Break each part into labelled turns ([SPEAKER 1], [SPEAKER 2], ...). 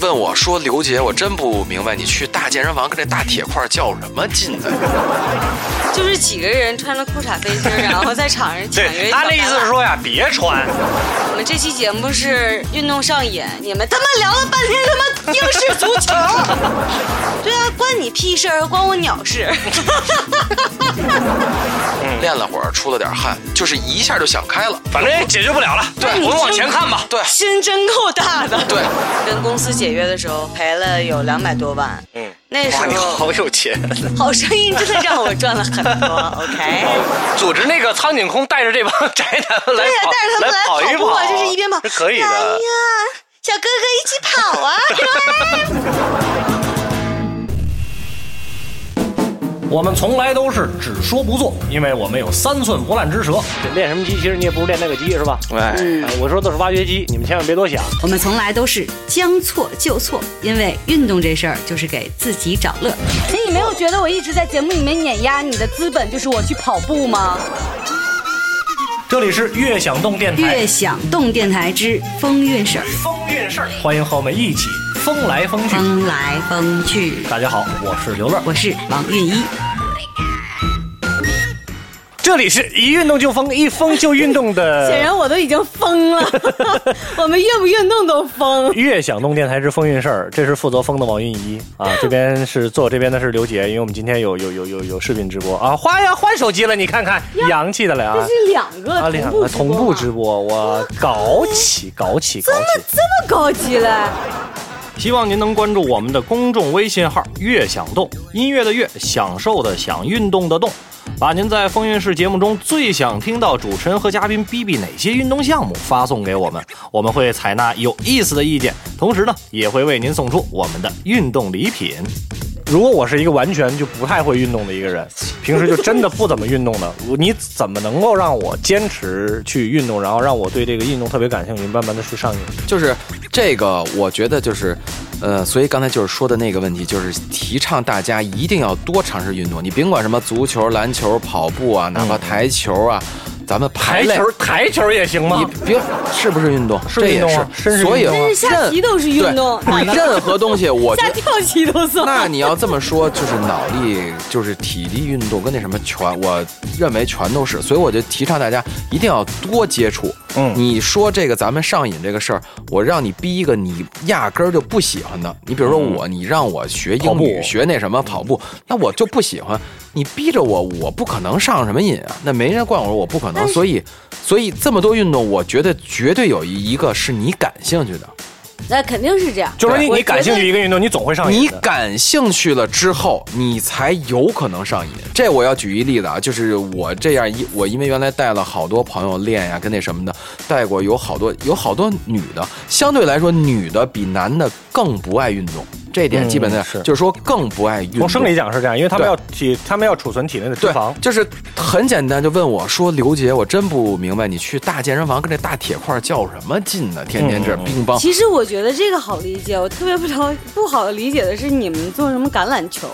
[SPEAKER 1] 问我说：“刘姐，我真不明白，你去大健身房跟这大铁块较什么劲呢
[SPEAKER 2] 就是几个人穿着裤衩背心儿，然后在场 上抢
[SPEAKER 3] 对
[SPEAKER 2] 人。
[SPEAKER 3] 他的意思是，说呀，别穿，
[SPEAKER 2] 我们这期节目是运动上瘾，你们他妈聊了半天他妈英式足球，对啊，关你屁事儿，关我鸟事。
[SPEAKER 1] 练了会儿，出了点汗，就是一下就想开了。
[SPEAKER 3] 反正也解决不了了。
[SPEAKER 2] 那你
[SPEAKER 3] 我们往
[SPEAKER 2] 真
[SPEAKER 3] 前看吧。
[SPEAKER 1] 对
[SPEAKER 2] 心真够大的。
[SPEAKER 1] 对，
[SPEAKER 2] 跟公司解约的时候赔了有两百多万，
[SPEAKER 3] 嗯，
[SPEAKER 2] 那时
[SPEAKER 3] 哇，你
[SPEAKER 2] 候
[SPEAKER 3] 好有钱。
[SPEAKER 2] 好声音真的让我赚了很多。OK。
[SPEAKER 3] 组织那个苍井空带着这帮 宅男 们来
[SPEAKER 2] 对呀、
[SPEAKER 3] 跑，
[SPEAKER 2] 带着他们来
[SPEAKER 3] 跑一
[SPEAKER 2] 步啊，就是一边跑，
[SPEAKER 3] 是可以
[SPEAKER 2] 哎
[SPEAKER 3] 的
[SPEAKER 2] 呀。，小哥哥一起跑啊！
[SPEAKER 4] 我们从来都是只说不做，因为我们有三寸不烂之舌。
[SPEAKER 5] 练什么机，其实你也不如练那个机，是吧？
[SPEAKER 1] 哎，
[SPEAKER 5] 哎我说的是挖掘机，你们千万别多想。
[SPEAKER 6] 我们从来都是将错就错，因为运动这事儿就是给自己找乐。
[SPEAKER 7] 你没有觉得我一直在节目里面碾压你的资本就是我去跑步吗？
[SPEAKER 4] 这里是悦享动电台
[SPEAKER 6] 悦，享动电台之风韵事儿，
[SPEAKER 4] 风韵事儿，欢迎和我们一起风来风去。
[SPEAKER 6] 风来风去。
[SPEAKER 4] 大家好，我是刘乐。
[SPEAKER 6] 我是王韵一，
[SPEAKER 5] 这里是一运动就疯，一疯就运动
[SPEAKER 7] 显
[SPEAKER 5] 的
[SPEAKER 7] 然我都已经 疯了，我们运不运动都疯。
[SPEAKER 5] 悦享动电台之风韵事儿，这是负责风的王韵一啊， 这边是坐我这边的是刘杰，因为我们今天有有有有有视频直播啊，换呀换手机了，你看看洋气的了
[SPEAKER 7] 这
[SPEAKER 5] 啊。
[SPEAKER 7] 是两个
[SPEAKER 5] 啊，
[SPEAKER 7] 同
[SPEAKER 5] 两
[SPEAKER 7] 步
[SPEAKER 5] 个同步直
[SPEAKER 7] 播
[SPEAKER 5] 播，我搞起搞起搞起！
[SPEAKER 7] 这么高级了，
[SPEAKER 5] 希望您能关注我们的公众微信号“悦享动”，音乐的悦，享受的享，运动的动，把您在风韵事节目中最想听到主持人和嘉宾比比哪些运动项目发送给我们，我们会采纳有意思的意见，同时呢，也会为您送出我们的运动礼品。如果我是一个完全就不太会运动的一个人，平时就真的不怎么运动的，我你怎么能够让我坚持去运动，然后让我对这个运动特别感兴趣，慢慢的去上瘾？
[SPEAKER 1] 就是这个，我觉得就是，呃，所以刚才就是说的那个问题，就是提倡大家一定要多尝试运动。你甭管什么足球、篮球、跑步啊，哪怕台球啊，咱们排
[SPEAKER 5] 台
[SPEAKER 1] 类
[SPEAKER 5] 球，台球也行吗？
[SPEAKER 1] 你别是不是运动？
[SPEAKER 5] 是
[SPEAKER 1] 这
[SPEAKER 5] 运
[SPEAKER 1] 也
[SPEAKER 5] 动
[SPEAKER 1] 是
[SPEAKER 5] 啊，真是
[SPEAKER 1] 所以
[SPEAKER 5] 运动啊
[SPEAKER 7] 但是下棋都是运动，
[SPEAKER 1] 对任何东西，我觉
[SPEAKER 7] 下
[SPEAKER 1] 得。
[SPEAKER 7] 跳棋都 算。
[SPEAKER 1] 那你要这么说，就是脑力，就是体力运动跟那什么全，我认为全都是，所以我就提倡大家一定要多接触。
[SPEAKER 5] 嗯
[SPEAKER 1] 你说这个咱们上瘾这个事儿，我让你逼一个你压根儿就不喜欢的，你比如说我，你让我学
[SPEAKER 5] 嗯跑
[SPEAKER 1] 英
[SPEAKER 5] 步
[SPEAKER 1] 语、学那什么跑步，那我就不喜欢，你逼着我，我不可能上什么瘾啊，那没人惯我，我不可能，所以。所以这么多运动，我觉得绝对有一一个是你感兴趣的，
[SPEAKER 7] 那肯定是这样。
[SPEAKER 5] 就是你
[SPEAKER 7] 我
[SPEAKER 5] 你感兴
[SPEAKER 7] 觉
[SPEAKER 5] 趣
[SPEAKER 7] 得
[SPEAKER 5] 一个运动，你总会上瘾
[SPEAKER 1] 你
[SPEAKER 5] 的。
[SPEAKER 1] 感兴趣了之后，你才有可能上瘾。这我要举一例子啊，就是我这样一，我因为原来带了好多朋友练呀、跟那什么的，带过有好多有好多女的，相对来说女的比男的更不爱运动，这一点
[SPEAKER 5] 嗯
[SPEAKER 1] 基本上、
[SPEAKER 5] 是
[SPEAKER 1] 就是说更不爱运动。
[SPEAKER 5] 从生理讲是这样，因为他们
[SPEAKER 1] 对
[SPEAKER 5] 要体，他们要储存体内的脂
[SPEAKER 1] 对
[SPEAKER 5] 肪，。
[SPEAKER 1] 就是很简单，就问我说：“刘姐，我真不明白，你去大健身房跟这大铁块较什么劲呢？天天这
[SPEAKER 5] 嗯
[SPEAKER 1] 乒 乓。”
[SPEAKER 7] 其实我觉得这个好理解，我特别不着不好理解的是你们做什么橄榄球，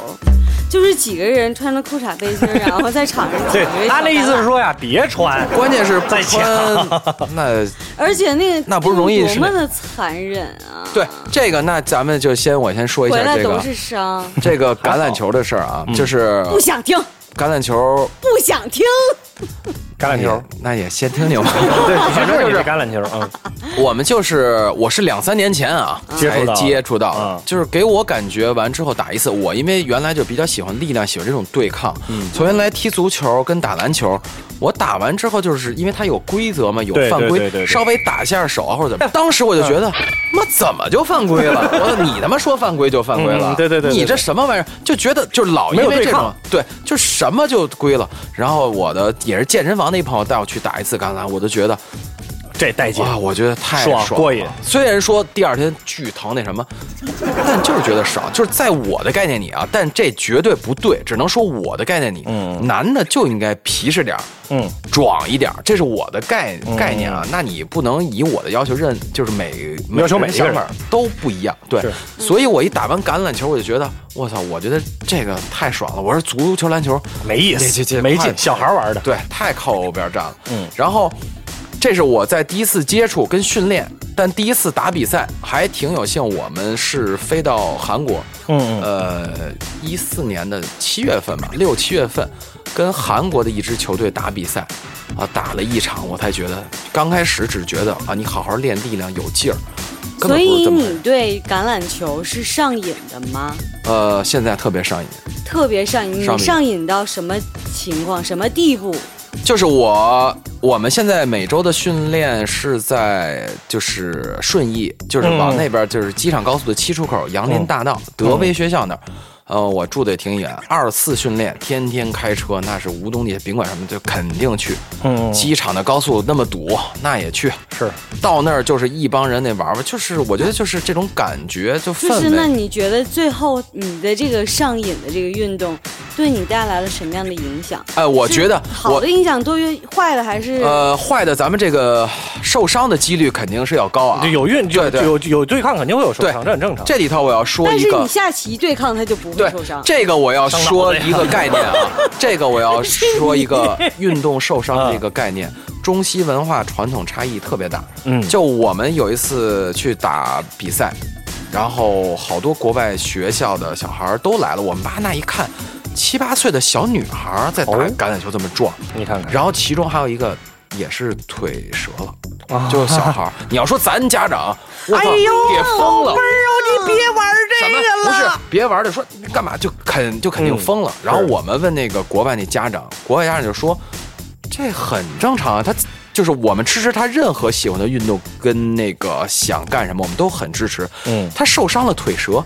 [SPEAKER 7] 就是几个人穿着裤衩背心儿，然后在场 上
[SPEAKER 5] 对
[SPEAKER 7] 抢着，
[SPEAKER 5] 他
[SPEAKER 7] 抢
[SPEAKER 5] 那意思
[SPEAKER 7] 橄榄
[SPEAKER 5] 是说呀，别穿。
[SPEAKER 1] 关键是不
[SPEAKER 5] 再见
[SPEAKER 1] 穿， 那
[SPEAKER 7] 而且那个
[SPEAKER 1] 那不容易
[SPEAKER 7] 多
[SPEAKER 1] 是
[SPEAKER 7] 么
[SPEAKER 1] 那
[SPEAKER 7] 的残忍啊！
[SPEAKER 1] 对这个，那咱们就先我先说一
[SPEAKER 7] 回
[SPEAKER 1] 下
[SPEAKER 7] 来
[SPEAKER 1] 这个。
[SPEAKER 7] 都是伤，
[SPEAKER 1] 这个橄榄球的事儿啊，就是
[SPEAKER 7] 不想听，
[SPEAKER 1] 橄榄球，哎
[SPEAKER 7] 不想听。
[SPEAKER 5] 橄榄球，
[SPEAKER 1] 那也先听听吧。
[SPEAKER 5] 对，反正就是橄榄球，嗯，
[SPEAKER 1] 我们就是我是两三年前啊
[SPEAKER 5] 接触
[SPEAKER 1] 才
[SPEAKER 5] 到
[SPEAKER 1] 接触到的
[SPEAKER 5] 嗯，
[SPEAKER 1] 就是给我感觉完之后打一次，我因为原来就比较喜欢力量，喜欢这种对抗。
[SPEAKER 5] 嗯
[SPEAKER 1] 从原来踢足球跟打篮球，我打完之后就是因为它有规则嘛，有
[SPEAKER 5] 对
[SPEAKER 1] 犯
[SPEAKER 5] 对对
[SPEAKER 1] 规
[SPEAKER 5] 对对，
[SPEAKER 1] 稍微打一下手啊 或者怎么，当时我就觉得，妈怎么就犯规了？我说你他妈说犯规就犯规了
[SPEAKER 5] 嗯，对对对对
[SPEAKER 1] 你这什么玩意儿？就觉得就老
[SPEAKER 5] 没
[SPEAKER 1] 因
[SPEAKER 5] 有
[SPEAKER 1] 为
[SPEAKER 5] 对
[SPEAKER 1] 这
[SPEAKER 5] 抗
[SPEAKER 1] 种对，就什么就归了。然后我的也是健身房那朋友带我去打一次橄榄，我都觉得
[SPEAKER 5] 这带劲。
[SPEAKER 1] 哇，我觉得太
[SPEAKER 5] 爽
[SPEAKER 1] 了
[SPEAKER 5] 过瘾
[SPEAKER 1] 虽然说第二天巨疼那什么， 但就是觉得爽，就是在我的概念里啊，但这绝对不对，只能说我的概念里，
[SPEAKER 5] 嗯
[SPEAKER 1] 男的就应该皮实点儿。
[SPEAKER 5] 嗯，
[SPEAKER 1] 壮一点儿，这是我的概概念啊。那你不能以我的要求认，就是每
[SPEAKER 5] 要求每
[SPEAKER 1] 人
[SPEAKER 5] 一个
[SPEAKER 1] 想
[SPEAKER 5] 人
[SPEAKER 1] 法都不一样。对
[SPEAKER 5] 是，
[SPEAKER 1] 所以我一打完橄榄球，我就觉得，我操，我觉得这个太爽了。我说足球、篮球，
[SPEAKER 5] 没意
[SPEAKER 1] 这这
[SPEAKER 5] 思，
[SPEAKER 1] 这
[SPEAKER 5] 没
[SPEAKER 1] 快
[SPEAKER 5] 劲，小孩玩的。
[SPEAKER 1] 对，太靠后边站了。
[SPEAKER 5] 嗯
[SPEAKER 1] 然后这是我在第一次接触跟训练，但第一次打比赛还挺有幸，我们是飞到韩国，
[SPEAKER 5] 嗯
[SPEAKER 1] 呃，一四年的七月份吧，六七月份，跟韩国的一支球队打比赛，啊，打了一场，我才觉得，刚开始只觉得啊，你好好练力量有劲儿，根
[SPEAKER 7] 所
[SPEAKER 1] 本不是
[SPEAKER 7] 以
[SPEAKER 1] 这么，
[SPEAKER 7] 你对橄榄球是上瘾的吗？
[SPEAKER 1] 呃，现在特别上瘾。
[SPEAKER 7] 特别上瘾，
[SPEAKER 1] 上
[SPEAKER 7] 你
[SPEAKER 1] 瘾
[SPEAKER 7] 上瘾到什么情况、什么地步？
[SPEAKER 1] 就是我，我们现在每周的训练是在就是顺义，就是
[SPEAKER 5] 嗯
[SPEAKER 1] 往那边就是机场高速的七出口杨林大道、德威学校那儿。呃，我住的也挺远，二次训练天天开车，那是无冬你甭管什么，就肯定去。
[SPEAKER 5] 嗯
[SPEAKER 1] 机场的高速那么堵，那也去。
[SPEAKER 5] 是
[SPEAKER 1] 到那儿就是一帮人那玩玩，就是我觉得就是这种感觉，就氛
[SPEAKER 7] 就是那
[SPEAKER 1] 围。
[SPEAKER 7] 你觉得最后你的这个上瘾的这个运动，对你带来了什么样的影响？
[SPEAKER 1] 哎，我觉得
[SPEAKER 7] 是
[SPEAKER 1] 我
[SPEAKER 7] 好的影响多于坏的，还是
[SPEAKER 1] 呃，坏的咱们这个受伤的几率肯定是要高啊
[SPEAKER 5] 就。有运有
[SPEAKER 1] 对对
[SPEAKER 5] 有有对抗，肯定会有受伤，
[SPEAKER 1] 对
[SPEAKER 5] 这很正常。
[SPEAKER 1] 这里头我要说
[SPEAKER 7] 但
[SPEAKER 1] 一
[SPEAKER 7] 是
[SPEAKER 1] 个
[SPEAKER 7] 你，下棋对抗它就不会
[SPEAKER 1] 对
[SPEAKER 7] 受伤，。
[SPEAKER 1] 这个我要
[SPEAKER 5] 伤脑
[SPEAKER 1] 说
[SPEAKER 5] 子呀
[SPEAKER 1] 一个概念啊， 这个我要说一个运动受伤的一个概 念，中西文化传统差异特别大。
[SPEAKER 5] 嗯
[SPEAKER 1] 就我们有一次去打比赛，然后好多国外学校的小孩儿都来了，我们妈那一看，七八岁的小女孩儿在打
[SPEAKER 5] 哦
[SPEAKER 1] 橄榄球这么壮，
[SPEAKER 5] 你看看，
[SPEAKER 1] 然后其中还有一个也是腿折
[SPEAKER 5] 啊
[SPEAKER 1] 了，就是小孩儿。你要说咱家长，我
[SPEAKER 7] 哎
[SPEAKER 1] 操，给疯了！
[SPEAKER 2] 你别玩
[SPEAKER 1] 什么不是别玩的，说你干嘛就肯就肯定疯了。然后我们问那个国外那家长，国外家长就说这很正常啊，他就是我们支持他任何喜欢的运动跟那个想干什么，我们都很支持。
[SPEAKER 5] 嗯
[SPEAKER 1] 他受伤了腿折，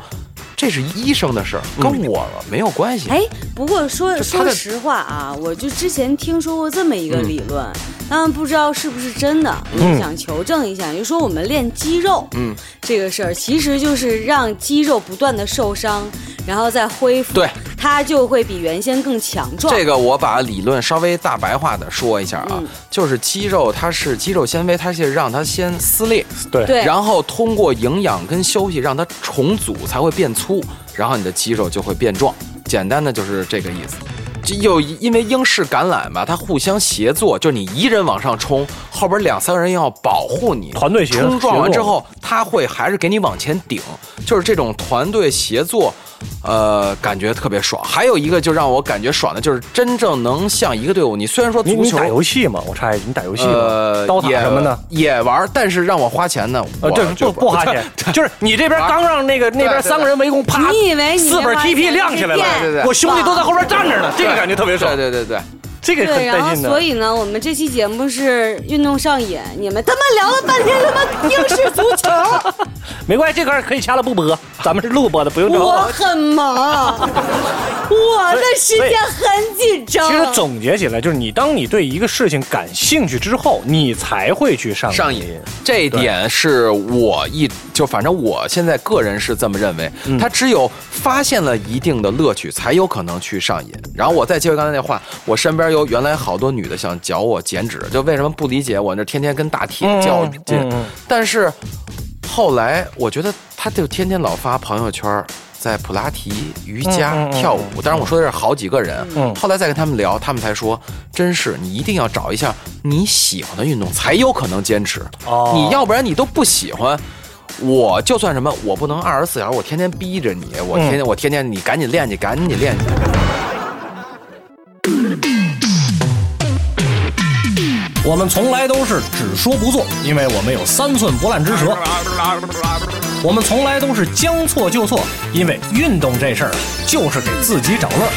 [SPEAKER 1] 这是医生的事儿，跟我没有关系。
[SPEAKER 7] 哎，不过说
[SPEAKER 1] 就它
[SPEAKER 7] 说
[SPEAKER 1] 的嗯
[SPEAKER 7] 实话啊，我就之前听说过这么一个理论，当然不知道是不是真的，我就想求证一下。就说我们练肌肉，
[SPEAKER 1] 嗯，
[SPEAKER 7] 这个事儿其实就是让肌肉不断的受伤，然后再恢复，
[SPEAKER 1] 对，
[SPEAKER 7] 它就会比原先更强壮。
[SPEAKER 1] 这个我把理论稍微大白话的说一下啊，
[SPEAKER 7] 嗯
[SPEAKER 1] 就是肌肉它是肌肉纤维，它是让它先撕裂，
[SPEAKER 5] 对
[SPEAKER 7] 对，
[SPEAKER 1] 然后通过营养跟休息让它重组才会变粗，然后你的肌肉就会变壮。简单的就是这个意思。就又因为英式橄榄吧，它互相协作，就是你一人往上冲，后边两三个人要保护你。
[SPEAKER 5] 团队协
[SPEAKER 1] 冲撞完
[SPEAKER 5] 协作
[SPEAKER 1] 之后，他会还是给你往前顶，就是这种团队协作，呃，感觉特别爽。还有一个就让我感觉爽的，就是真正能像一个队伍，你虽然说
[SPEAKER 5] 你
[SPEAKER 1] 足
[SPEAKER 5] 你
[SPEAKER 1] 球
[SPEAKER 5] 打游戏吗？我插一句，你打游戏吗？
[SPEAKER 1] 呃
[SPEAKER 5] 刀塔
[SPEAKER 1] 也
[SPEAKER 5] 什么的？
[SPEAKER 1] 也玩，但是让我花钱呢，我
[SPEAKER 5] 呃，这
[SPEAKER 1] 就
[SPEAKER 5] 不不花钱，就是你这边
[SPEAKER 1] 玩
[SPEAKER 5] 刚让那个那
[SPEAKER 1] 对
[SPEAKER 5] 边
[SPEAKER 1] 对
[SPEAKER 5] 三个人围攻，啪，
[SPEAKER 7] 你以为你
[SPEAKER 5] 四本
[SPEAKER 7] 没花
[SPEAKER 5] TP
[SPEAKER 7] 钱
[SPEAKER 5] 亮起来了，
[SPEAKER 7] 去
[SPEAKER 1] 对对对
[SPEAKER 5] 我兄弟都在后边站着呢，这个感觉特别爽，
[SPEAKER 1] 对 对对对，
[SPEAKER 5] 这个很
[SPEAKER 7] 对，然
[SPEAKER 5] 带
[SPEAKER 7] 后
[SPEAKER 5] 劲
[SPEAKER 7] 所
[SPEAKER 5] 的。
[SPEAKER 7] 以呢，我们这期节目是运动上瘾，你们他妈聊了半天他妈英式足球，
[SPEAKER 5] 没关系，这块可以掐了不播，咱们是录播的，不用
[SPEAKER 7] 我
[SPEAKER 5] 着急。
[SPEAKER 7] 很忙， 我的时间很紧张。
[SPEAKER 5] 其实总结起来就是，你当你对一个事情感兴趣之后，你才会去上
[SPEAKER 1] 上瘾。这一点是我一就反正我现在个人是这么认为，
[SPEAKER 5] 嗯
[SPEAKER 1] 他只有发现了一定的乐趣，才有可能去上瘾。然后我再接回刚才那话，我身边有原来好多女的想教我减脂，就为什么不理解我那天天跟大铁较劲，
[SPEAKER 5] 嗯嗯嗯
[SPEAKER 1] 但是后来我觉得他就天天老发朋友圈儿。在普拉提、瑜伽、
[SPEAKER 5] 嗯嗯嗯
[SPEAKER 1] 跳舞，当然我说的是好几个人。
[SPEAKER 5] 嗯
[SPEAKER 1] 后来再跟他们聊，他们才说，真是你一定要找一下你喜欢的运动，才有可能坚持。
[SPEAKER 5] 哦
[SPEAKER 1] 你要不然你都不喜欢。我就算什么，我不能二十四小时，我天天逼着你，我天天、
[SPEAKER 5] 嗯
[SPEAKER 1] 我天天你赶紧练去，赶紧练 去。
[SPEAKER 4] 我们从来都是只说不做，因为我们有三寸不烂之舌。我们从来都是将错就错，因为运动这事儿啊就是给自己找乐儿。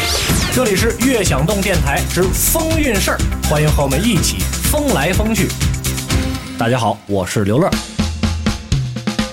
[SPEAKER 4] 这里是悦享动电台之风韵事儿，欢迎和我们一起风来风去。大家好，我是刘乐。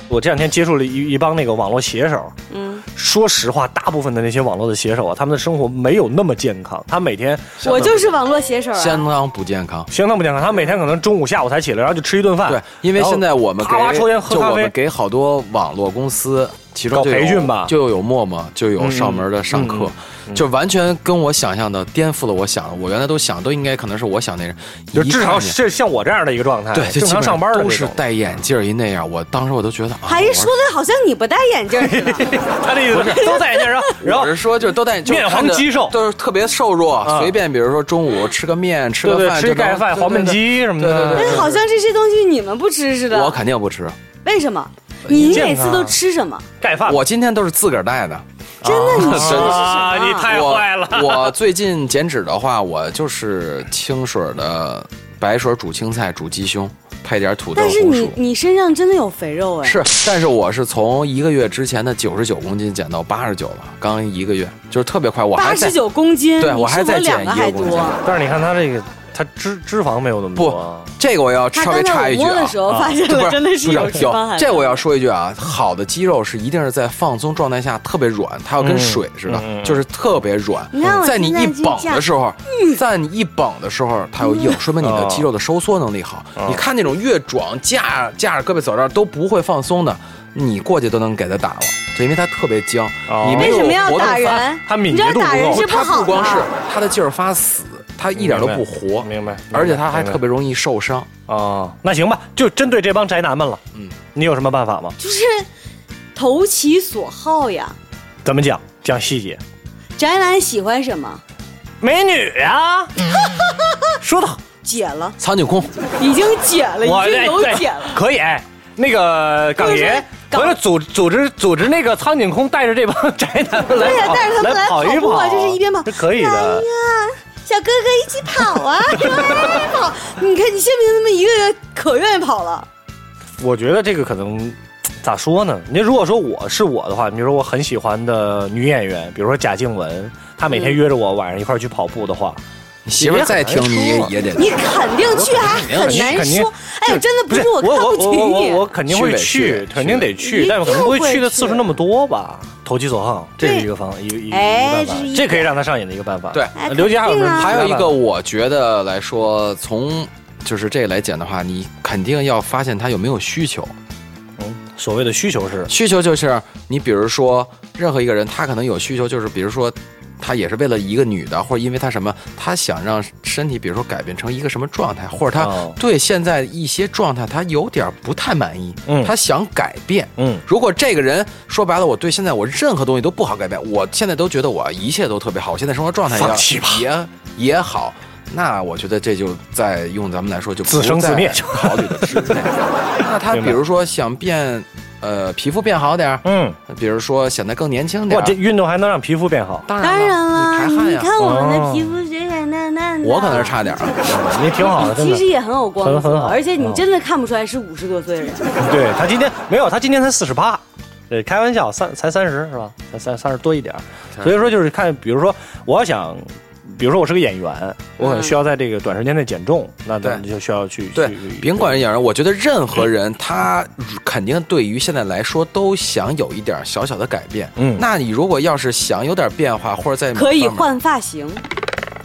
[SPEAKER 5] 我这两天接触了一一帮那个网络写手，嗯，说实话，大部分的那些网络的写手啊，他们的生活没有那么健康，他每天
[SPEAKER 7] 我就是网络写手啊，
[SPEAKER 1] 相当不健康。
[SPEAKER 5] 相当不健康，他每天可能中午下午才起来，然后就吃一顿饭，
[SPEAKER 1] 对，因为
[SPEAKER 5] 啊然后
[SPEAKER 1] 现在我们给
[SPEAKER 5] 啪啪抽烟喝
[SPEAKER 1] 就
[SPEAKER 5] 咖
[SPEAKER 1] 我
[SPEAKER 5] 啡
[SPEAKER 1] 们，给好多网络公司，其中
[SPEAKER 5] 搞
[SPEAKER 1] 就有
[SPEAKER 5] 培训吧嗯
[SPEAKER 1] 就有陌陌，就有上门的上课。就完全跟我想象的颠覆了我想的。我原来都想都应该可能是我想那人，
[SPEAKER 5] 就
[SPEAKER 1] 一
[SPEAKER 5] 至少
[SPEAKER 1] 看见
[SPEAKER 5] 是像我这样的一个状态，
[SPEAKER 1] 对，就
[SPEAKER 5] 正
[SPEAKER 1] 基
[SPEAKER 5] 常
[SPEAKER 1] 本
[SPEAKER 5] 上班的
[SPEAKER 1] 都
[SPEAKER 5] 那
[SPEAKER 1] 是
[SPEAKER 5] 种。
[SPEAKER 1] 戴眼镜儿一那样。我当时我都觉得啊，
[SPEAKER 7] 还
[SPEAKER 1] 我
[SPEAKER 7] 说的好像你不戴眼镜似的。
[SPEAKER 5] 他的意思是都戴眼镜，然后然
[SPEAKER 1] 我
[SPEAKER 5] 后
[SPEAKER 1] 是说，就是都带就
[SPEAKER 5] 面黄
[SPEAKER 1] 看着
[SPEAKER 5] 肌瘦
[SPEAKER 1] 都是特别瘦弱，
[SPEAKER 5] 啊
[SPEAKER 1] 随便比如说中午吃个面，吃
[SPEAKER 5] 对
[SPEAKER 1] 个
[SPEAKER 5] 对，
[SPEAKER 1] 饭，
[SPEAKER 5] 吃
[SPEAKER 1] 就
[SPEAKER 5] 盖
[SPEAKER 1] 能
[SPEAKER 5] 饭、
[SPEAKER 1] 对
[SPEAKER 5] 黄焖
[SPEAKER 1] 对
[SPEAKER 5] 鸡什么的，嗯
[SPEAKER 1] 对
[SPEAKER 7] 但是好像这些东西你们不吃似
[SPEAKER 1] 对我呃
[SPEAKER 7] 的，
[SPEAKER 1] 肯定不吃，
[SPEAKER 7] 为什么？你
[SPEAKER 1] 啊
[SPEAKER 5] 健
[SPEAKER 7] 每
[SPEAKER 5] 康
[SPEAKER 7] 次都吃什么？
[SPEAKER 5] 盖饭。
[SPEAKER 1] 我今天都是自个儿啊带的。
[SPEAKER 7] 真的你吃的是
[SPEAKER 5] 啊，你
[SPEAKER 7] 什么？
[SPEAKER 5] 太
[SPEAKER 1] 我
[SPEAKER 5] 坏了！
[SPEAKER 1] 我最近减脂的话，我就是清水的白水煮青菜、煮鸡胸，配点土豆、
[SPEAKER 7] 但是
[SPEAKER 1] 红
[SPEAKER 7] 你
[SPEAKER 1] 薯。
[SPEAKER 7] 你身上真的有肥肉哎，
[SPEAKER 1] 是，但是我是从一个月之前的九十九公斤减到八十九了，刚一个月，就是特别快。我还
[SPEAKER 7] 八
[SPEAKER 1] 在
[SPEAKER 7] 十九公斤，
[SPEAKER 1] 对
[SPEAKER 7] 你
[SPEAKER 1] 我还
[SPEAKER 7] 是
[SPEAKER 1] 在减
[SPEAKER 7] 两个
[SPEAKER 1] 一个
[SPEAKER 7] 还
[SPEAKER 1] 公斤
[SPEAKER 7] 多。
[SPEAKER 5] 但是你看他这个，他脂脂肪没有那么多啊，
[SPEAKER 1] 这个我要
[SPEAKER 7] 他
[SPEAKER 1] 稍微
[SPEAKER 7] 刚
[SPEAKER 1] 插
[SPEAKER 7] 才
[SPEAKER 1] 一
[SPEAKER 7] 我
[SPEAKER 1] 句
[SPEAKER 7] 摸
[SPEAKER 1] 啊，
[SPEAKER 7] 的时候发现
[SPEAKER 1] 这 不
[SPEAKER 7] 了，真的是
[SPEAKER 1] 有
[SPEAKER 7] 有脂肪含量。
[SPEAKER 1] 这我要说一句啊，好的肌肉是一定是在放松状态下特别软，它要跟水似的，
[SPEAKER 5] 嗯嗯
[SPEAKER 1] 就是特别软。
[SPEAKER 7] 你看我
[SPEAKER 1] 在你
[SPEAKER 7] 现在嗯
[SPEAKER 1] 一
[SPEAKER 7] 就
[SPEAKER 1] 绷
[SPEAKER 7] 这样
[SPEAKER 1] 的时候，在你一绷的时候，它又硬，说明你的
[SPEAKER 5] 哦
[SPEAKER 1] 肌肉的收缩能力好。
[SPEAKER 5] 嗯
[SPEAKER 1] 你看那种越壮架架着胳膊走这儿都不会放松的，你过去都能给它打了，就因为它特别僵。
[SPEAKER 5] 哦
[SPEAKER 1] 你没
[SPEAKER 7] 为
[SPEAKER 1] 有
[SPEAKER 7] 什么要
[SPEAKER 1] 活动
[SPEAKER 7] 打
[SPEAKER 1] 范
[SPEAKER 7] 人？
[SPEAKER 5] 他敏
[SPEAKER 7] 你知
[SPEAKER 5] 捷
[SPEAKER 7] 道
[SPEAKER 5] 度
[SPEAKER 7] 打
[SPEAKER 5] 不
[SPEAKER 7] 人
[SPEAKER 5] 够
[SPEAKER 7] 是不
[SPEAKER 1] 它
[SPEAKER 7] 好啊
[SPEAKER 1] 不光是
[SPEAKER 7] 的。
[SPEAKER 1] 它的劲儿发死，它一点都不活，
[SPEAKER 5] 明白？明白
[SPEAKER 1] 而且它还特别容易受伤。
[SPEAKER 5] 啊。那行吧，就针对这帮宅男们了。
[SPEAKER 1] 嗯，
[SPEAKER 5] 你有什么办法吗？
[SPEAKER 7] 就是投其所好呀。
[SPEAKER 5] 怎么讲？讲细节。
[SPEAKER 7] 宅男喜欢什么？
[SPEAKER 5] 美女呀，说的好，
[SPEAKER 7] 解了，
[SPEAKER 1] 苍井空，
[SPEAKER 7] 已经解了，
[SPEAKER 5] 我
[SPEAKER 7] 已经
[SPEAKER 5] 这
[SPEAKER 7] 有
[SPEAKER 5] 这
[SPEAKER 7] 解 了。
[SPEAKER 5] 可以。哎那个港
[SPEAKER 7] 就是
[SPEAKER 5] 爷，
[SPEAKER 7] 港
[SPEAKER 5] 回来组组织组织那个苍井空带 着这帮宅男们来
[SPEAKER 7] 对呀
[SPEAKER 5] 跑，
[SPEAKER 7] 带着他们
[SPEAKER 5] 哦来
[SPEAKER 7] 来
[SPEAKER 5] 跑一
[SPEAKER 7] 跑步啊
[SPEAKER 5] 跑，
[SPEAKER 7] 就是一边跑
[SPEAKER 5] 这可以
[SPEAKER 7] 哎
[SPEAKER 5] 的。
[SPEAKER 7] 呀，小哥哥一起跑啊， 是吧跑！你看你信不信他们一个个可愿意跑了？
[SPEAKER 5] 我觉得这个可能咋说呢？你如果说我是我的话，比如说我很喜欢的女演员，比如说贾静雯，她每天约着我晚上一块儿去跑步的话，
[SPEAKER 1] 你媳妇儿再听你也也得
[SPEAKER 7] 你肯定去还很难
[SPEAKER 5] 肯定
[SPEAKER 7] 说。哎，真的不是
[SPEAKER 5] 我
[SPEAKER 7] 看
[SPEAKER 5] 我
[SPEAKER 7] 不起
[SPEAKER 5] 我我我
[SPEAKER 7] 你，
[SPEAKER 5] 肯定会
[SPEAKER 1] 去
[SPEAKER 5] 去
[SPEAKER 1] 呗，去呗
[SPEAKER 5] 肯定得
[SPEAKER 7] 一
[SPEAKER 5] 去，
[SPEAKER 7] 定
[SPEAKER 5] 但是可能不会去的
[SPEAKER 7] 会
[SPEAKER 5] 次数那么多吧。投其所好，这是一个方一个一个
[SPEAKER 7] 哎
[SPEAKER 5] 一个办法
[SPEAKER 7] 这是一，个
[SPEAKER 5] 这可以让他上瘾的一个办法。
[SPEAKER 1] 对
[SPEAKER 7] 哎
[SPEAKER 5] 刘杰还有什
[SPEAKER 7] 肯定啊
[SPEAKER 5] 么？
[SPEAKER 1] 还有一个，我觉得来说，从就是这来讲的话，你肯定要发现他有没有需求。
[SPEAKER 5] 嗯所谓的需求是，
[SPEAKER 1] 需求就是你，比如说任何一个人，他可能有需求，就是比如说。他也是为了一个女的，或者因为他什么，他想让身体，比如说改变成一个什么状态，或者他
[SPEAKER 5] 哦
[SPEAKER 1] 对现在一些状态他有点不太满意，
[SPEAKER 5] 嗯
[SPEAKER 1] 他想改变。
[SPEAKER 5] 嗯，
[SPEAKER 1] 如果这个人说白了，我对现在我任何东西都不好改变，我现在都觉得我一切都特别好，我现在生活状态也
[SPEAKER 5] 放弃吧
[SPEAKER 1] 也也好，那我觉得这就在用咱们来说就不
[SPEAKER 5] 自生自灭
[SPEAKER 1] 在考虑的之内。那他
[SPEAKER 5] 明
[SPEAKER 1] 比
[SPEAKER 5] 白
[SPEAKER 1] 如说想变，呃，皮肤变好点儿，
[SPEAKER 5] 嗯，
[SPEAKER 1] 比如说显得更年轻点
[SPEAKER 5] 哇，
[SPEAKER 1] 儿
[SPEAKER 5] 这，运动还能让皮肤变好，
[SPEAKER 1] 当
[SPEAKER 7] 当
[SPEAKER 1] 然
[SPEAKER 7] 然啦，
[SPEAKER 1] 你排汗
[SPEAKER 7] 你
[SPEAKER 1] 呀，
[SPEAKER 7] 看我们的皮肤水水嫩嫩的。
[SPEAKER 1] 我可能是差点儿啊。
[SPEAKER 5] 你挺好的，真
[SPEAKER 7] 其
[SPEAKER 5] 的
[SPEAKER 7] 实。也很有光
[SPEAKER 5] 很很
[SPEAKER 7] 泽，
[SPEAKER 5] 好
[SPEAKER 7] 而且你真的看不出来是五十多岁人。
[SPEAKER 5] 对他今天没有，他今天才四十八，对，开玩笑，三才三十是吧？才三三十多一点儿，所以说就是看，比如说我要想。比如说我是个演员，我可能需要在这个短时间内减重，那咱们
[SPEAKER 1] 对
[SPEAKER 5] 就需要去
[SPEAKER 1] 对
[SPEAKER 5] 去，
[SPEAKER 1] 甭管演员，我觉得任何人他肯定对于现在来说都想有一点小小的改变。
[SPEAKER 5] 嗯
[SPEAKER 1] 那你如果要是想有点变化，或者在某
[SPEAKER 7] 可以
[SPEAKER 1] 方面
[SPEAKER 7] 换发型，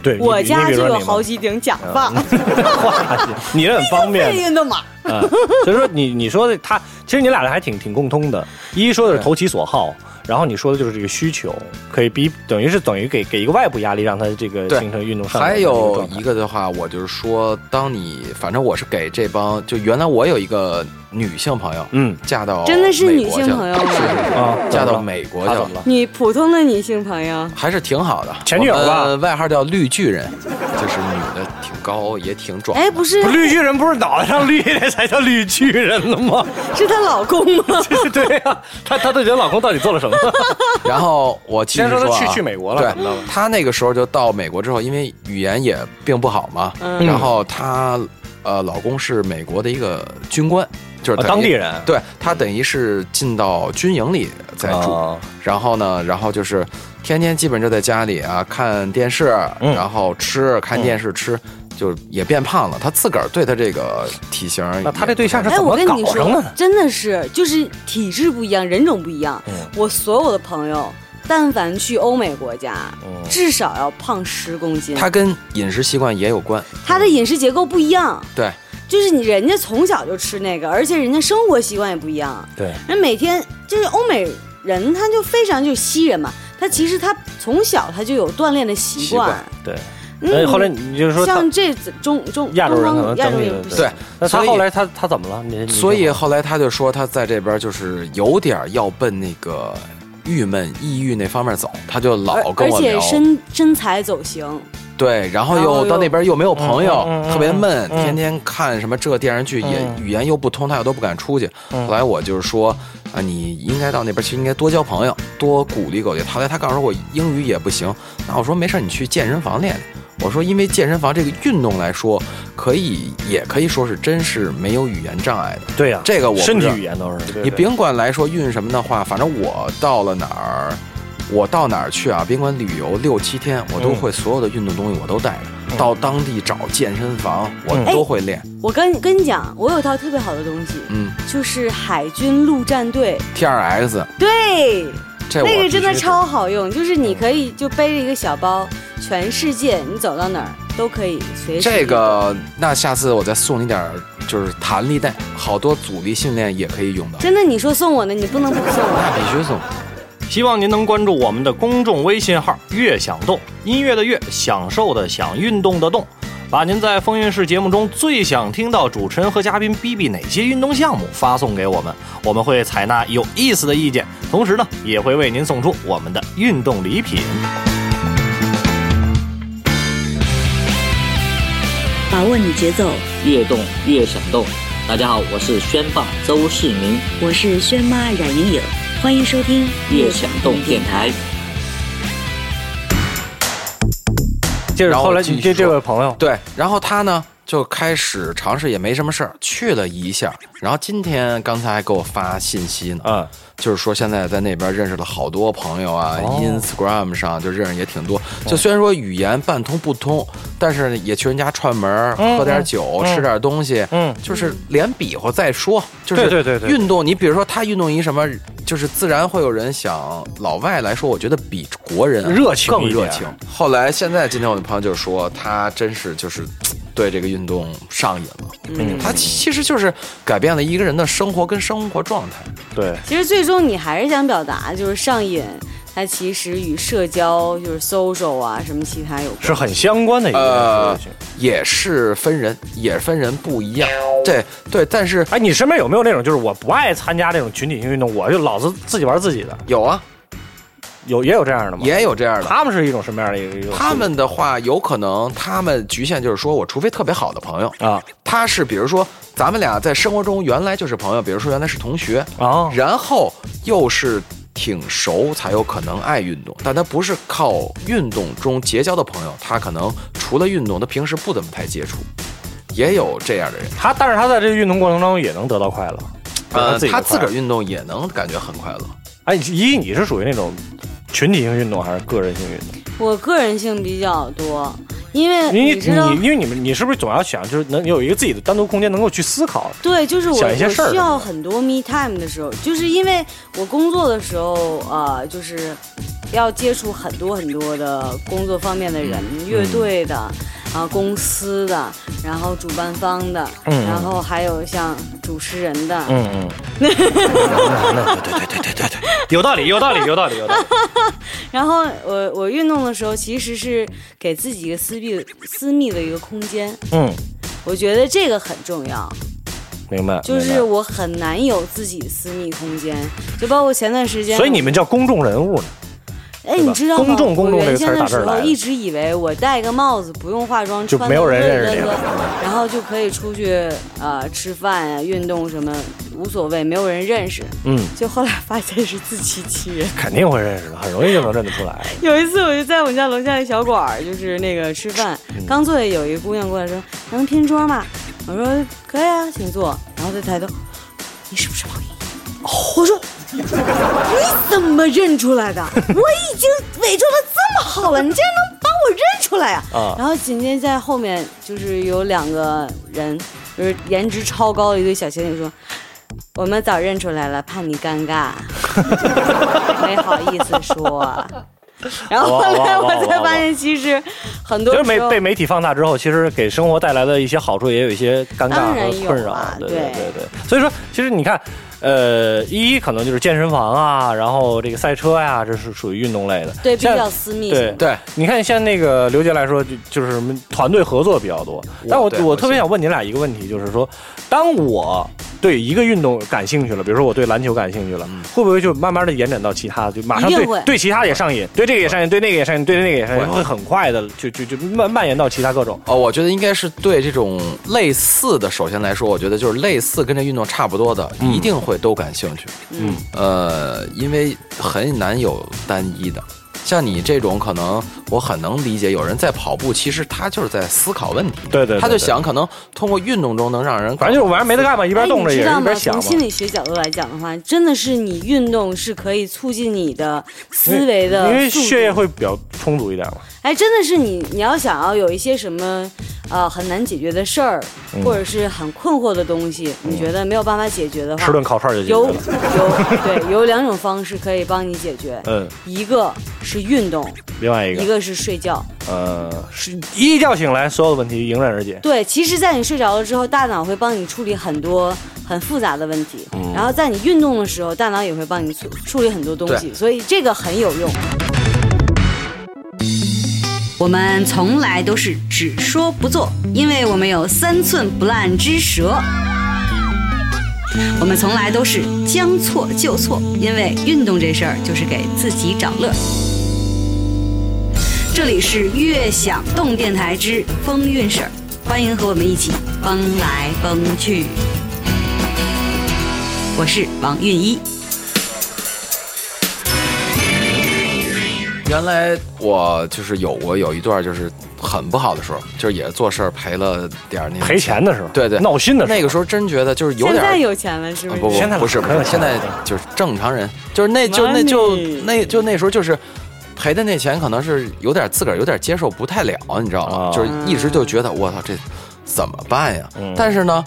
[SPEAKER 5] 对，你
[SPEAKER 7] 我
[SPEAKER 5] 比你
[SPEAKER 7] 家
[SPEAKER 5] 比如
[SPEAKER 7] 就
[SPEAKER 5] 说
[SPEAKER 7] 有
[SPEAKER 5] 你
[SPEAKER 7] 好
[SPEAKER 5] 嘛嗯
[SPEAKER 7] 几顶假发， 哎
[SPEAKER 5] 你这很方便
[SPEAKER 7] 费 运动码。
[SPEAKER 5] 啊、所以说你你说的他，其实你俩人还挺挺共通的。一说的是投其所好，然后你说的就是这个需求，可以逼等于是等于给给一个外部压力，让他这个
[SPEAKER 1] 对
[SPEAKER 5] 形成运动上瘾
[SPEAKER 1] 还
[SPEAKER 5] 的这个
[SPEAKER 1] 有
[SPEAKER 5] 状态
[SPEAKER 1] 一个的话，我就是说，当你反正我是给这帮就原来我有一个女性朋友，
[SPEAKER 5] 嗯
[SPEAKER 1] 嫁到
[SPEAKER 7] 真的是
[SPEAKER 1] 美
[SPEAKER 7] 女
[SPEAKER 1] 国
[SPEAKER 7] 性
[SPEAKER 1] 去了
[SPEAKER 7] 朋友吗
[SPEAKER 1] 是是
[SPEAKER 5] 啊，
[SPEAKER 1] 是
[SPEAKER 5] 怎
[SPEAKER 1] 嫁
[SPEAKER 5] 么
[SPEAKER 1] 到
[SPEAKER 5] 了
[SPEAKER 1] 美国
[SPEAKER 5] 他
[SPEAKER 1] 去
[SPEAKER 5] 怎
[SPEAKER 1] 了
[SPEAKER 5] 么。了？
[SPEAKER 7] 你普通的女性朋友，
[SPEAKER 1] 还是挺好的，
[SPEAKER 5] 前女友
[SPEAKER 1] 我
[SPEAKER 5] 吧
[SPEAKER 1] 们外号叫绿巨人，就是女的挺高，也挺壮。
[SPEAKER 7] 哎，不是
[SPEAKER 5] 不，绿巨人不是脑袋上绿的才叫绿巨人了吗？
[SPEAKER 7] 是她老公吗？
[SPEAKER 5] 对啊呀、他他对你老公到底做了什么？
[SPEAKER 1] 然后我其实
[SPEAKER 5] 先说
[SPEAKER 1] 说
[SPEAKER 5] 他
[SPEAKER 1] 啊
[SPEAKER 5] 去去美国了怎么着了
[SPEAKER 1] 对，他那个时候就到美国之后，因为语言也并不好嘛，
[SPEAKER 7] 嗯
[SPEAKER 1] 然后她呃老公是美国的一个军官，就是
[SPEAKER 5] 啊
[SPEAKER 1] 等于
[SPEAKER 5] 当地人
[SPEAKER 1] 对他等于是进到军营里在住，
[SPEAKER 5] 啊
[SPEAKER 1] 然后呢，然后就是天天基本就在家里啊看电视，
[SPEAKER 5] 嗯
[SPEAKER 1] 然后吃看电视吃，就也变胖了。他自个儿对他这个体型，
[SPEAKER 5] 那他这对象是
[SPEAKER 7] 哎，
[SPEAKER 5] 怎
[SPEAKER 7] 我
[SPEAKER 5] 么
[SPEAKER 7] 跟
[SPEAKER 5] 搞
[SPEAKER 7] 你
[SPEAKER 5] 上的
[SPEAKER 7] 说
[SPEAKER 5] 呢？，
[SPEAKER 7] 真的是就是体质不一样，人种不一
[SPEAKER 5] 嗯
[SPEAKER 7] 样。我所有的朋友，但凡去欧美国家，
[SPEAKER 1] 嗯
[SPEAKER 5] 嗯
[SPEAKER 7] 至少要胖十公斤。
[SPEAKER 1] 他跟饮食习惯也有关，
[SPEAKER 7] 他的饮食结构不一样，
[SPEAKER 1] 对。
[SPEAKER 7] 就是你人家从小就吃那个，而且人家生活习惯也不一样。
[SPEAKER 5] 对，
[SPEAKER 7] 人每天就是欧美人，他就非常就是西人嘛，他其实他从小他就有锻炼的习惯。
[SPEAKER 5] 对，
[SPEAKER 7] 嗯
[SPEAKER 5] 哎，后来你就说他
[SPEAKER 7] 像这中中
[SPEAKER 5] 亚洲人可能
[SPEAKER 7] 东方亚洲
[SPEAKER 5] 当地
[SPEAKER 7] 人
[SPEAKER 5] 的
[SPEAKER 7] 不
[SPEAKER 5] 对
[SPEAKER 7] 行，
[SPEAKER 5] 那他
[SPEAKER 1] 所以
[SPEAKER 5] 后来他他怎么了？你你
[SPEAKER 1] 所以后来他就说，他在这边就是有点要奔那个郁闷、抑郁那方面走，他就
[SPEAKER 7] 而
[SPEAKER 5] 哎
[SPEAKER 1] 老跟
[SPEAKER 7] 而
[SPEAKER 1] 我
[SPEAKER 7] 且
[SPEAKER 1] 聊。
[SPEAKER 7] 身身材走形，
[SPEAKER 1] 对，然后
[SPEAKER 7] 然后
[SPEAKER 1] 又
[SPEAKER 7] 又
[SPEAKER 1] 到那边又没有朋友，
[SPEAKER 5] 嗯嗯嗯嗯嗯
[SPEAKER 1] 特别闷，
[SPEAKER 5] 嗯
[SPEAKER 1] 天天看什么这电视剧，也语言又不通，他又都不敢出去。
[SPEAKER 5] 嗯
[SPEAKER 1] 后来我就是说，啊，你应该到那边去，应该多交朋友，多鼓励鼓励。后来他告诉我英语也不行，那我说没事儿，你去健身房练练。我说，因为健身房这个运动来说，可以也可以说是真是没有语言障碍的。
[SPEAKER 5] 对呀，
[SPEAKER 1] 这个我不
[SPEAKER 5] 身体
[SPEAKER 1] 知道
[SPEAKER 5] 语言都是
[SPEAKER 1] 你甭管来说运什么的话，反正我到了哪儿，我到哪儿去啊，甭管旅游六七天，我都会所有的运动东西我都带着，到当地找健身房我
[SPEAKER 7] 哎
[SPEAKER 1] 都会练。
[SPEAKER 7] 我跟跟你讲，我有一套特别好的东西，
[SPEAKER 1] 嗯
[SPEAKER 7] 就是海军陆战队，
[SPEAKER 1] ，T R X
[SPEAKER 7] 对，
[SPEAKER 1] 这我
[SPEAKER 7] 那个真的
[SPEAKER 1] 必须
[SPEAKER 7] 超好用，就是你可以就背着一个小包，全世界你走到哪儿都可以随时。
[SPEAKER 1] 这个，那下次我再送你点儿就是弹力带，好多阻力训练也可以用到，
[SPEAKER 7] 真的，你说送我呢，你不能不送我。
[SPEAKER 1] 必须送。
[SPEAKER 5] 希望您能关注我们的公众微信号“悦享动”，音乐的乐，享受的享，运动的动，把您在风云市节目中最想听到主持人和嘉宾比比哪些运动项目发送给我们，我们会采纳有意思的意见，同时呢，也会为您送出我们的运动礼品。
[SPEAKER 6] 把握你节奏，
[SPEAKER 8] 越动越想动。大家好，我是宣霸周世明，
[SPEAKER 6] 我是轩妈冉莹莹，欢迎收听
[SPEAKER 8] 越想动电台。
[SPEAKER 5] 就是
[SPEAKER 1] 然后
[SPEAKER 5] 后来
[SPEAKER 1] 继
[SPEAKER 5] 你
[SPEAKER 1] 续
[SPEAKER 5] 这这
[SPEAKER 1] 说
[SPEAKER 5] 位朋友，
[SPEAKER 1] 对，然后他呢就开始尝试，也没什么事儿，去了一下。然后今天刚才还给我发信息呢，
[SPEAKER 5] 嗯，
[SPEAKER 1] 就是说现在在那边认识了好多朋友啊、
[SPEAKER 5] 哦
[SPEAKER 1] i n s t a g r a m 上就认识也挺多。就虽然说语言半通不通，但是呢也去人家串门儿、喝点酒、吃点东西，
[SPEAKER 5] 嗯，
[SPEAKER 1] 就是连比划再说。就是
[SPEAKER 5] 对对对对
[SPEAKER 1] 运动，你比如说他运动一什么，就是自然会有人想老外来说，我觉得比国人啊
[SPEAKER 5] 热情
[SPEAKER 1] 更
[SPEAKER 5] 一点
[SPEAKER 1] 热情。后来现在今天我的朋友就说，他真是就是。对这个运动上瘾了，嗯，他其实就是改变了一个人的生活跟生活状态。
[SPEAKER 5] 对，
[SPEAKER 7] 其实最终你还是想表达，就是上瘾，它其实与社交就是 social 啊什么其他有关。
[SPEAKER 5] 是很相关的一个
[SPEAKER 1] 呃
[SPEAKER 5] 事情。，
[SPEAKER 1] 也是分人，也是分人不一样。对对，但是
[SPEAKER 5] 哎，你身边有没有那种就是我不爱参加这种群体性运动，我就老是自己玩自己的，
[SPEAKER 1] 有啊，
[SPEAKER 5] 有也有这样的吗？
[SPEAKER 1] 也有这样的。
[SPEAKER 5] 他们是一种什么样的一个？一种
[SPEAKER 1] 他们的话，有可能他们局限就是说我，除非特别好的朋友，
[SPEAKER 5] 啊
[SPEAKER 1] 他是比如说咱们俩在生活中原来就是朋友，比如说原来是同学，
[SPEAKER 5] 啊，
[SPEAKER 1] 然后又是挺熟才有可能爱运动，但他不是靠运动中结交的朋友，他可能除了运动，他平时不怎么太接触，也有这样的人。
[SPEAKER 5] 他，但是他在这个运动过程当中也能得到快乐。
[SPEAKER 1] 呃，
[SPEAKER 5] 己的
[SPEAKER 1] 他自
[SPEAKER 5] 快
[SPEAKER 1] 个
[SPEAKER 5] 乐
[SPEAKER 1] 儿。运动也能感觉很快乐。
[SPEAKER 5] 哎，一你是属于那种群体性运动还是个人性运动？
[SPEAKER 7] 我个人性比较多，因为
[SPEAKER 5] 因为
[SPEAKER 7] 知道
[SPEAKER 5] 你，因为你们，你是不是总要想，就是能有一个自己的单独空间，能够去思考？
[SPEAKER 7] 对，就是我
[SPEAKER 5] 想一些事儿
[SPEAKER 7] 我需要很多 me time 的时候，就是因为我工作的时候，呃，就是要接触很多很多的工作方面的人，
[SPEAKER 5] 嗯
[SPEAKER 7] 嗯乐队的，啊、公司的，然后主办方的，
[SPEAKER 5] 嗯
[SPEAKER 7] 然后还有像主持人的，
[SPEAKER 5] 嗯嗯。对对对对对对对，有道理，有道理，有道理，有道理。
[SPEAKER 7] 然后我我运动的时候其实是给自己一个私密私密的一个空间，
[SPEAKER 5] 嗯，
[SPEAKER 7] 我觉得这个很重要。
[SPEAKER 5] 明白。
[SPEAKER 7] 就是我很难有自己私密空间，就包括前段时间，
[SPEAKER 5] 所以你们叫公众人物呢？
[SPEAKER 7] 哎，
[SPEAKER 5] 对吧
[SPEAKER 7] 你知道吗？
[SPEAKER 5] 公众公众
[SPEAKER 7] 我
[SPEAKER 5] 这
[SPEAKER 7] 原
[SPEAKER 5] 个词
[SPEAKER 7] 先
[SPEAKER 5] 儿打
[SPEAKER 7] 的
[SPEAKER 5] 这儿
[SPEAKER 7] 时
[SPEAKER 5] 来
[SPEAKER 7] 候
[SPEAKER 5] 的
[SPEAKER 7] 一直以为我戴个帽子，不用化妆，
[SPEAKER 5] 就
[SPEAKER 7] 穿
[SPEAKER 5] 没有
[SPEAKER 7] 得
[SPEAKER 5] 人
[SPEAKER 7] 热
[SPEAKER 5] 认识
[SPEAKER 7] 热
[SPEAKER 5] 你
[SPEAKER 7] 的
[SPEAKER 5] 了，
[SPEAKER 7] 然后就可以出去呃吃饭呀、运动什么无所谓，没有人认识。
[SPEAKER 5] 嗯，
[SPEAKER 7] 就后来发现是自欺欺人。
[SPEAKER 5] 肯定会认识的，很容易就能认得出来。
[SPEAKER 7] 有一次，我就在我们家楼下一小馆儿，就是那个吃饭，
[SPEAKER 5] 嗯
[SPEAKER 7] 刚坐下有一姑娘过来说：“能拼桌吗？”我说：“可以啊，请坐。”然后她抬头，你是不是王莹莹？哦我说：“你怎么认出来 的？我已经伪装的这么好了，你竟然能把我认出来呀、
[SPEAKER 5] 啊
[SPEAKER 7] 然后紧接着在后面就是有两个人，就是颜值超高的一对小情侣说。我们 早认出来了，怕你尴尬，没好意思说。然后后来
[SPEAKER 5] 哇哇哇
[SPEAKER 7] 我才
[SPEAKER 5] 哇
[SPEAKER 7] 发现，其实很多
[SPEAKER 5] 就是媒
[SPEAKER 7] 时候
[SPEAKER 5] 被媒体放大之后，其实给生活带来的一些好处，也有一些尴尬
[SPEAKER 7] 当然
[SPEAKER 5] 和
[SPEAKER 7] 有
[SPEAKER 5] 困扰。
[SPEAKER 7] 啊
[SPEAKER 5] 对
[SPEAKER 7] 对
[SPEAKER 5] 对对，所以说，其实你看，呃，一可能就是健身房啊，然后这个赛车呀、这是属于运动类的。
[SPEAKER 7] 对比
[SPEAKER 5] 像
[SPEAKER 7] 较私密，
[SPEAKER 5] 对
[SPEAKER 1] 对，
[SPEAKER 5] 你看像那个刘杰来说，就就是什么团队合作比较多。但我
[SPEAKER 1] 对
[SPEAKER 5] 我
[SPEAKER 1] 我
[SPEAKER 5] 特别想问你俩一个问题，就是说，当我对一个运动感兴趣了，比如说我对篮球感兴趣了，会不会就慢慢的延展到其他的，就马上
[SPEAKER 7] 一定
[SPEAKER 5] 对
[SPEAKER 7] 会
[SPEAKER 5] 对其他的也上瘾，对这个也上瘾，对那个也上瘾，对那个也上瘾，
[SPEAKER 1] 会
[SPEAKER 5] 会很快的就就就蔓蔓延到其他各种。
[SPEAKER 1] 哦，我觉得应该是对这种类似的，首先来说，我觉得就是类似跟这运动差不多的，一定会都感兴趣。
[SPEAKER 5] 嗯，
[SPEAKER 1] 呃，因为很难有单一的。像你这种，可能我很能理解，有人在跑步，其实他就是在思考问题，
[SPEAKER 5] 对对对
[SPEAKER 1] 他就
[SPEAKER 5] 对
[SPEAKER 1] 想可能通过运动中能让人，
[SPEAKER 5] 反正就是晚上没得干嘛，一边
[SPEAKER 7] 哎，
[SPEAKER 5] 动
[SPEAKER 7] 你
[SPEAKER 5] 着也
[SPEAKER 7] 知
[SPEAKER 5] 是
[SPEAKER 7] 道
[SPEAKER 5] 一
[SPEAKER 7] 吗？
[SPEAKER 5] 边想
[SPEAKER 7] 从
[SPEAKER 5] 嘛。
[SPEAKER 7] 心理学角度来讲的话，真的是你运动是可以促进你的思维的
[SPEAKER 5] 因为
[SPEAKER 7] 速度
[SPEAKER 5] 血液会比较充足一点嘛。
[SPEAKER 7] 哎，真的是你，你要想要有一些什么，呃，很难解决的事儿，
[SPEAKER 5] 嗯
[SPEAKER 7] 或者是很困惑的东西，你觉得没有办法解决的话，
[SPEAKER 5] 吃顿烤串就解决
[SPEAKER 7] 啊有有
[SPEAKER 5] 了。
[SPEAKER 7] 对，有两种方式可以帮你解决，
[SPEAKER 5] 嗯，
[SPEAKER 7] 一个是运动，
[SPEAKER 5] 另外一
[SPEAKER 7] 一
[SPEAKER 5] 个，
[SPEAKER 7] 个是睡觉。
[SPEAKER 5] 呃，是一觉醒来，所有的问题迎刃而解。
[SPEAKER 7] 对，其实，在你睡着了之后，大脑会帮你处理很多很复杂的问题，然后在你运动的时候，大脑也会帮你处处理很多东西，所以这个很有用。
[SPEAKER 6] 我们从来都是只说不做，因为我们有三寸不烂之舌。我们从来都是将错就错，因为运动这事儿就是给自己找乐。这里是悦享动电台之风韵事儿，欢迎和我们一起崩来崩去。我是王韵一，
[SPEAKER 1] 原来我就是有过有一段就是很不好的时候，就是也做事儿赔了点儿那个
[SPEAKER 5] 赔钱的时候，
[SPEAKER 1] 对对
[SPEAKER 5] 闹心的时候，
[SPEAKER 1] 那个时候真觉得就是有
[SPEAKER 7] 现
[SPEAKER 1] 点儿
[SPEAKER 7] 在有钱了是
[SPEAKER 1] 啊
[SPEAKER 7] 不是？
[SPEAKER 1] 不不
[SPEAKER 5] 现在
[SPEAKER 1] 不是不
[SPEAKER 5] 很有
[SPEAKER 1] 是，
[SPEAKER 5] 钱
[SPEAKER 1] 现在就是正常人，就是那就那就
[SPEAKER 7] Money
[SPEAKER 1] 那就那时候就是赔的那钱，可能是有点自个儿有点接受不太了，你知道吗？
[SPEAKER 5] 啊
[SPEAKER 1] 就是一直就觉得我操这怎么办呀？
[SPEAKER 5] 嗯
[SPEAKER 1] 但是呢，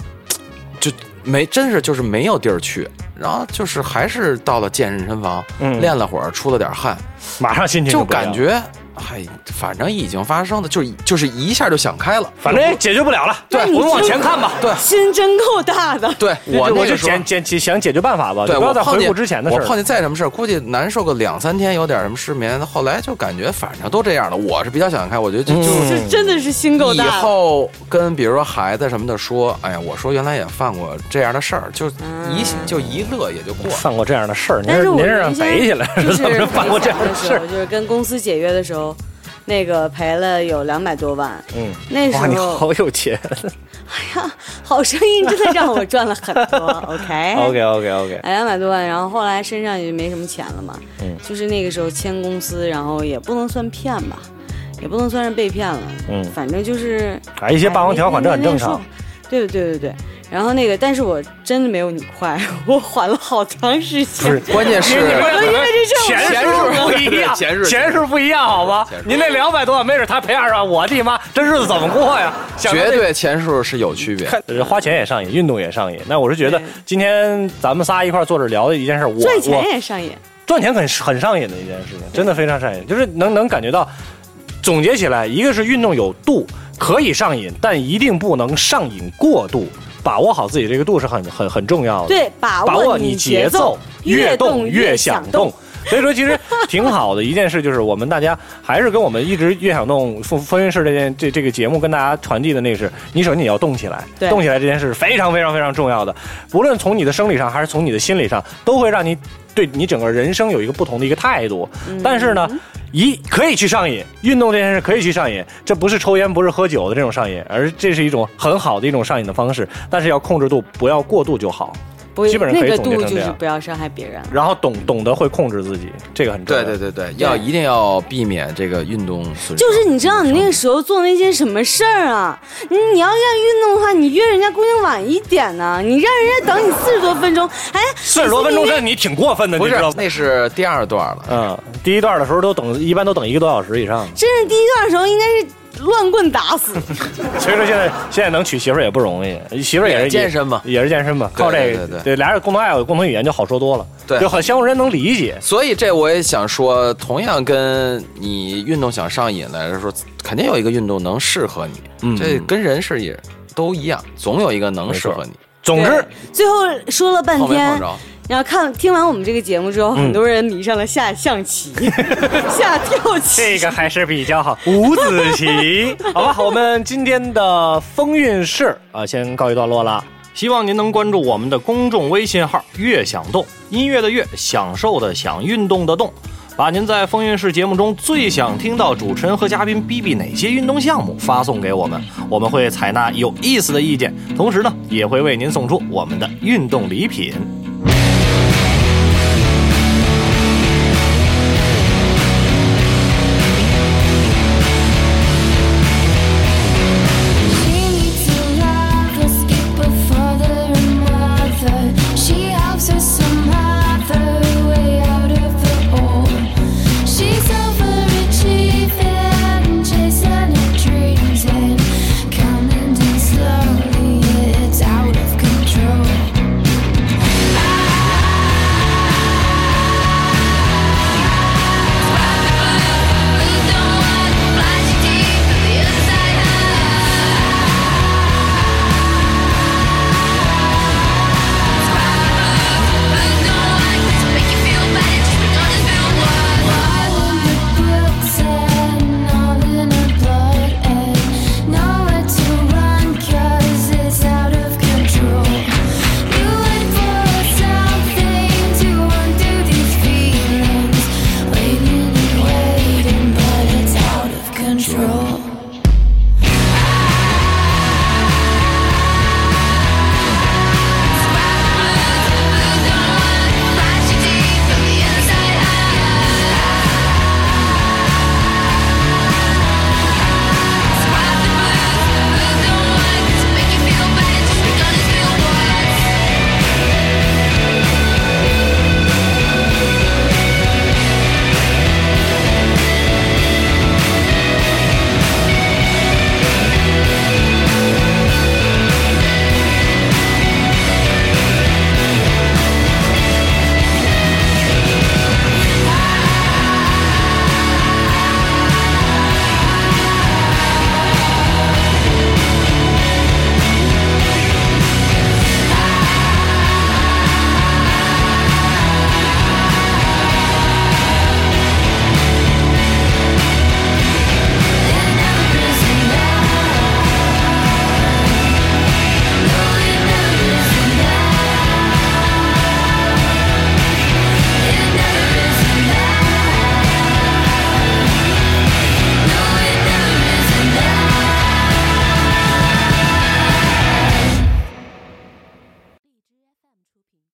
[SPEAKER 1] 就没真是就是没有地儿去，然后就是还是到了健身房、
[SPEAKER 5] 嗯
[SPEAKER 1] 练了会儿，出了点汗，
[SPEAKER 5] 马上心情
[SPEAKER 1] 就
[SPEAKER 5] 不一样
[SPEAKER 1] 感，觉哎，反正已经发生的，就是就是一下就想开了。
[SPEAKER 5] 反正也解决不了了，
[SPEAKER 1] 对
[SPEAKER 5] 我们往前看吧。
[SPEAKER 1] 对
[SPEAKER 7] 心真够大的。
[SPEAKER 5] 嗯
[SPEAKER 1] 对我
[SPEAKER 5] 就
[SPEAKER 1] 那
[SPEAKER 5] 我就
[SPEAKER 1] 个时候
[SPEAKER 5] 解解解想解决办法吧，
[SPEAKER 1] 啊对
[SPEAKER 5] 就不要
[SPEAKER 1] 我
[SPEAKER 5] 再
[SPEAKER 1] 碰
[SPEAKER 5] 回
[SPEAKER 1] 见
[SPEAKER 5] 顾之前的事
[SPEAKER 1] 我碰
[SPEAKER 5] 儿。
[SPEAKER 1] 见再什么事儿，估计难受个两三天，有点什么失眠，后来就感觉反正都这样了。我是比较想开，我觉得就、
[SPEAKER 5] 嗯
[SPEAKER 1] 就。
[SPEAKER 7] 就真的是心够
[SPEAKER 1] 以
[SPEAKER 7] 大。
[SPEAKER 1] 后跟比如说孩子什么的说，哎呀，我说原来也犯过这样的事儿，就一、
[SPEAKER 5] 嗯
[SPEAKER 1] 就一乐也就过了。
[SPEAKER 5] 犯过这样的事儿，您
[SPEAKER 7] 但是我
[SPEAKER 5] 您
[SPEAKER 7] 们
[SPEAKER 5] 是让
[SPEAKER 7] 原
[SPEAKER 5] 赔
[SPEAKER 7] 先
[SPEAKER 5] 去了，
[SPEAKER 7] 就
[SPEAKER 5] 怎么
[SPEAKER 7] 是
[SPEAKER 5] 着 犯过这样
[SPEAKER 7] 赔
[SPEAKER 5] 的
[SPEAKER 7] 钱
[SPEAKER 5] 事
[SPEAKER 7] 时候，
[SPEAKER 5] 儿？
[SPEAKER 7] 就是跟公司解约的时候，那个赔了有两百多万。
[SPEAKER 5] 嗯，
[SPEAKER 7] 那时
[SPEAKER 5] 哇，你
[SPEAKER 7] 候
[SPEAKER 5] 好有钱。
[SPEAKER 7] 好声音真的让我赚了很多。OK
[SPEAKER 5] OK OK OK，
[SPEAKER 7] 哎，两百多万，然后后来身上也就没什么钱了嘛，就是那个时候签公司，然后也不能算骗吧，也不能算是被骗了，
[SPEAKER 5] 嗯
[SPEAKER 7] 反正就是
[SPEAKER 5] 啊一些霸王条款这很正常，
[SPEAKER 7] 哎那那那那说对对对对对。然后那个，但是我真的没有你快，我缓了好长时间。
[SPEAKER 1] 关键是
[SPEAKER 7] 因为这事儿我
[SPEAKER 5] 钱
[SPEAKER 1] 钱
[SPEAKER 5] 是
[SPEAKER 1] 是
[SPEAKER 5] 不一样，
[SPEAKER 1] 钱是
[SPEAKER 5] 钱是不一样，好吧
[SPEAKER 1] 钱？是
[SPEAKER 5] 您那两百多万，没准他赔二十万，我的妈，这日子怎么过呀？想到
[SPEAKER 1] 绝
[SPEAKER 5] 这
[SPEAKER 1] 对钱数是有区别。
[SPEAKER 5] 看，呃花钱也上瘾，运动也上瘾。那我是觉得
[SPEAKER 7] 对
[SPEAKER 5] 今天咱们仨一块儿坐这儿聊的一件事，我
[SPEAKER 7] 赚钱
[SPEAKER 5] 我
[SPEAKER 7] 也上瘾，
[SPEAKER 5] 赚钱很很上瘾的一件事情，真的非常上瘾，就是能能感觉到。总结起来，一个是运动有度，可以上瘾，但一定不能上瘾过度，把握好自己这个度是很很很重要的。
[SPEAKER 7] 对，把
[SPEAKER 5] 把
[SPEAKER 7] 握
[SPEAKER 5] 握
[SPEAKER 7] 你
[SPEAKER 5] 你节奏，越
[SPEAKER 7] 越
[SPEAKER 5] 动越
[SPEAKER 7] 越
[SPEAKER 5] 想动
[SPEAKER 7] 动。。
[SPEAKER 5] 所以说，其实挺好的一件事，就是我们大家还是跟我们一直越想动风风云室这件这这个节目跟大家传递的那个是，你首先你要动起来，
[SPEAKER 7] 对
[SPEAKER 5] 动起来这件事是非常非常非常重要的，不论从你的生理上还是从你的心理上，都
[SPEAKER 7] 嗯
[SPEAKER 5] 会让你对你整个人生有一个不同的一个态度。但是呢，一可以去上瘾，运动这件事可以去上瘾，这不是抽烟，不是喝酒的这种上瘾，而这是一种很好的一种上瘾的方式，但是要控制度，不要过度就好。
[SPEAKER 7] 不，
[SPEAKER 5] 基本上可
[SPEAKER 7] 那
[SPEAKER 5] 以
[SPEAKER 7] 个
[SPEAKER 5] 总结
[SPEAKER 7] 度
[SPEAKER 5] 成
[SPEAKER 7] 就
[SPEAKER 5] 这
[SPEAKER 7] 是
[SPEAKER 5] 样
[SPEAKER 7] 不要伤害别人。
[SPEAKER 5] 然后懂懂得会控制自己，这个很重要。
[SPEAKER 1] 对对对对，要一定要避免这个运动损伤。
[SPEAKER 7] 就是你知道你那个时候做那些什么事儿啊？你你要要运动的话，你约人家姑娘晚一点呢、你让人家等你四十多分钟，哎，
[SPEAKER 5] 四十多分钟，这你挺过分的，你
[SPEAKER 1] 不
[SPEAKER 5] 知
[SPEAKER 1] 是
[SPEAKER 5] 道吗？嗯
[SPEAKER 1] 那是第二段了，
[SPEAKER 5] 嗯，第一段的时候都等，一般都等一个多小时以上。
[SPEAKER 7] 真是第一段的时候应该是乱棍打死。
[SPEAKER 5] 所以说现在现在能娶媳妇儿也不容易，媳妇儿也是
[SPEAKER 1] 也健身嘛
[SPEAKER 5] 也是健身嘛，靠这
[SPEAKER 1] 对
[SPEAKER 5] 个
[SPEAKER 1] 对对
[SPEAKER 5] 俩人共同爱好、共同语言就好说多了，
[SPEAKER 1] 对
[SPEAKER 5] 就很相互之间能理解。
[SPEAKER 1] 所以这我也想说，同样跟你运动想上瘾来说，肯定有一个运动能适合你。
[SPEAKER 5] 嗯
[SPEAKER 1] 这跟人是也都一样，总有一个能适合你。
[SPEAKER 5] 总之
[SPEAKER 7] 对，最后说了半
[SPEAKER 1] 后没碰
[SPEAKER 7] 天，
[SPEAKER 1] 着，
[SPEAKER 7] 然后看听完我们这个节目
[SPEAKER 5] 嗯
[SPEAKER 7] 之后，很多人迷上了下象 棋、下跳棋。
[SPEAKER 5] 这个还是比较好。五子棋，好吧，我们今天的风韵事啊，先告一段落了。
[SPEAKER 9] 希望您能关注我们的公众微信号“悦享动”，音乐的乐，享受的享，运动的动。把您在风韵事节目中最想听到主持人和嘉宾比比哪些运动项目发送给我们，我们会采纳有意思的意见，同时呢，也会为您送出我们的运动礼品。